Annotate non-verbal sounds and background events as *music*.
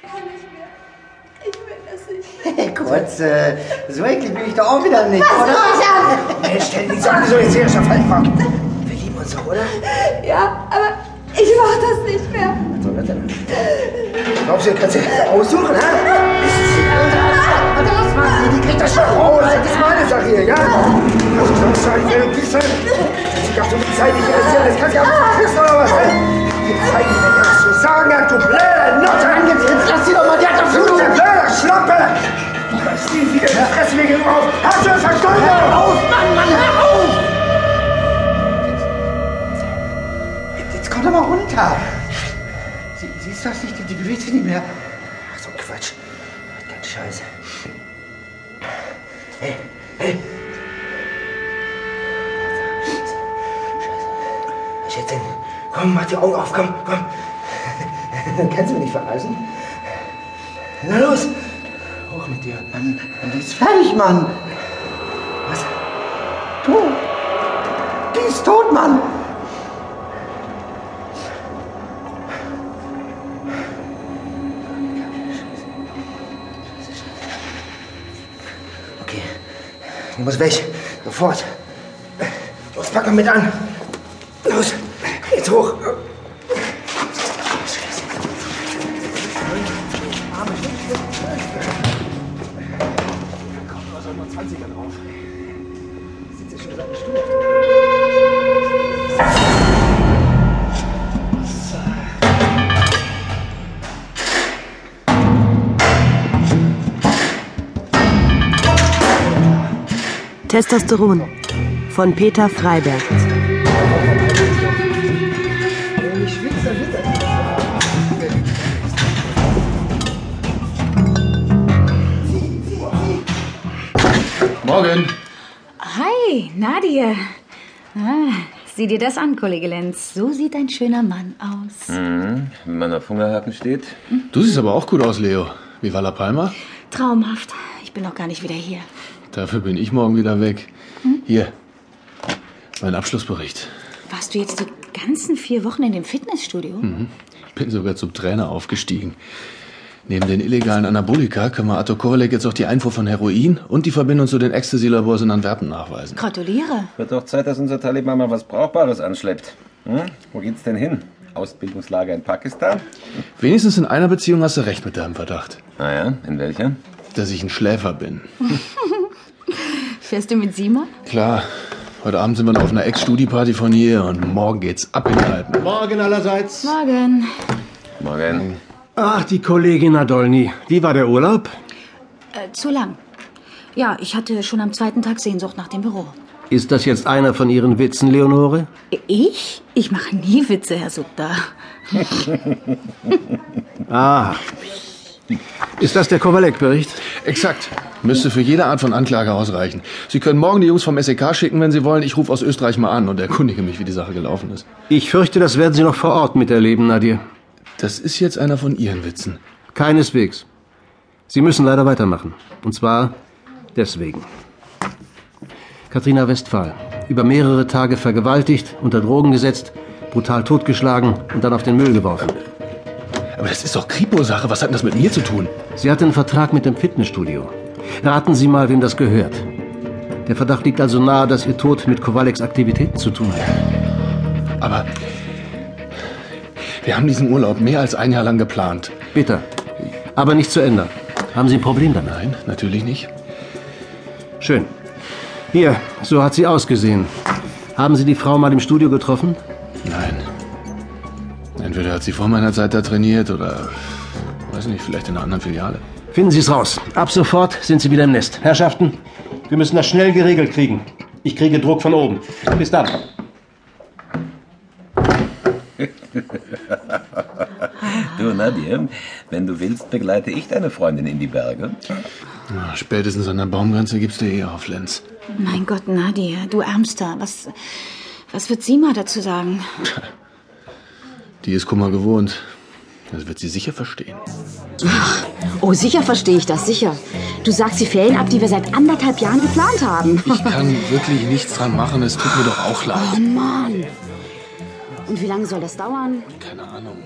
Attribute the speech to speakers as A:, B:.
A: kann nicht mehr. Ich will das nicht mehr.
B: Kotze, so eklig bin ich doch auch wieder nicht,
A: Pass
B: oder?
A: mich an!
C: Nee, stell dich so an, so jetzt hier schon falsch machen. Wir lieben uns doch, oder?
A: Ja, aber ich mach das nicht mehr.
C: Was soll das denn? Glaubst du, du kannst dir aussuchen, ne?
B: Das macht sie, die kriegt das schon
C: Oh,
B: raus.
C: das ist meine Sache hier, ja? Ach, du halt sagst, ich will pissen. Ich dachte, du zeig dich erst hier, das kannst du ja auch nicht pissen, oder was? ne? Ich zeig dir, was zu sagen hat, du blöde Nutte.
B: Dann jetzt, jetzt lass sie doch mal, die hat doch
C: Du
B: Flute.
C: blöde Schlampe! Du kannst nie wieder die Fresse wegen auf. Hast du es verstanden?
B: Auf, Mann, Mann, hör auf! Jetzt, jetzt komm doch mal runter. Sie, siehst du das nicht? Die, die bewegt sich nicht mehr.
C: Ach, so ein Quatsch. Was ganz Scheiße. Hey, hey! Scheiße. Was jetzt denn? Komm, mach die Augen auf, komm, *laughs* komm. Kannst du mich nicht verarschen? Na los! Hoch mit dir.
B: Mann, Mann, die ist fertig, Mann.
C: Was?
B: Du, die ist tot, Mann.
C: Okay. Die muss weg. Sofort. Los, pack mal mit an. Los. Jetzt hoch.
D: Testosteron von Peter Freiberg.
E: Morgen.
F: Hi, Nadia. Ah, sieh dir das an, Kollege Lenz. So sieht ein schöner Mann aus.
G: Wenn man auf Hungerhaken steht.
E: Du siehst aber auch gut aus, Leo. Wie war La Palma?
F: Traumhaft. Ich bin noch gar nicht wieder hier.
E: Dafür bin ich morgen wieder weg. Hier, mein Abschlussbericht.
F: Warst du jetzt die ganzen vier Wochen in dem Fitnessstudio?
E: Bin sogar zum Trainer aufgestiegen. Neben den illegalen Anabolika können wir Arthur Korolek jetzt auch die Einfuhr von Heroin und die Verbindung zu den Ecstasy-Labors in Antwerpen nachweisen.
F: Gratuliere.
G: Wird doch Zeit, dass unser Taliban mal was Brauchbares anschleppt. Hm? Wo geht's denn hin? Ausbildungslager in Pakistan?
E: Wenigstens in einer Beziehung hast du recht mit deinem Verdacht,
G: Naja, Ah in welcher?
E: dass ich ein Schläfer bin.
F: Fährst du mit Simon?
E: Klar, heute Abend sind wir noch auf einer Ex-Studi-Party von hier und morgen geht's ab in die Alpen.
H: Morgen allerseits.
F: Morgen.
G: Morgen.
H: Ach, die Kollegin Adolny. Wie war der Urlaub?
F: Äh, zu lang. Ja, ich hatte schon am zweiten Tag Sehnsucht nach dem Büro.
H: Ist das jetzt einer von Ihren Witzen, Leonore?
F: Ich? Ich mache nie Witze, Herr Subda.
H: Ah. Ist das der Kowalek-Bericht?
E: Exakt. Müsste für jede Art von Anklage ausreichen. Sie können morgen die Jungs vom SEK schicken, wenn Sie wollen. Ich rufe aus Österreich mal an und erkundige mich, wie die Sache gelaufen ist.
H: Ich fürchte, das werden Sie noch vor Ort miterleben, Nadir.
E: Das ist jetzt einer von Ihren Witzen.
H: Keineswegs. Sie müssen leider weitermachen. Und zwar deswegen. Katrina Westphal. Über mehrere Tage vergewaltigt, unter Drogen gesetzt, brutal totgeschlagen und dann auf den Müll geworfen.
E: Aber das ist doch Kripo-Sache. Was hat denn das mit mir zu tun?
H: Sie hat einen Vertrag mit dem Fitnessstudio. Raten Sie mal, wem das gehört. Der Verdacht liegt also nahe, dass Ihr Tod mit Kowaleks Aktivitäten zu tun hat.
E: Aber wir haben diesen Urlaub mehr als ein Jahr lang geplant.
H: Bitter. Aber nicht zu ändern. Haben Sie ein Problem damit?
E: Nein, natürlich nicht.
H: Schön. Hier, so hat sie ausgesehen. Haben Sie die Frau mal im Studio getroffen?
E: Nein. Entweder hat sie vor meiner Zeit da trainiert oder, weiß nicht, vielleicht in einer anderen Filiale.
H: Finden Sie es raus. Ab sofort sind Sie wieder im Nest. Herrschaften, wir müssen das schnell geregelt kriegen. Ich kriege Druck von oben. Bis dann.
G: Du, Nadir, wenn du willst, begleite ich deine Freundin in die Berge.
E: Na, Spätestens an der Baumgrenze gibst du eh auf, Lenz.
F: Mein Gott, Nadia, du Ärmster. Was, was wird Sima dazu sagen?
E: Die ist Kummer gewohnt. Das wird sie sicher verstehen.
I: Oh, sicher verstehe ich das, sicher. Du sagst die Ferien ab, die wir seit anderthalb Jahren geplant haben.
E: Ich kann wirklich nichts dran machen, es tut mir doch auch leid.
I: Und wie lange soll das dauern?
E: Keine Ahnung.